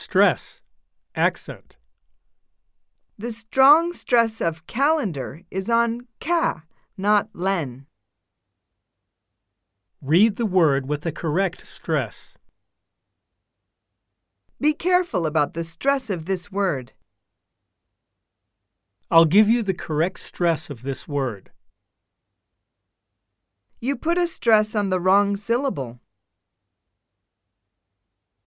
Stress, accent. The strong stress of calendar is on ca, not len. Read the word with the correct stress. Be careful about the stress of this word. I'll give you the correct stress of this word. You put a stress on the wrong syllable.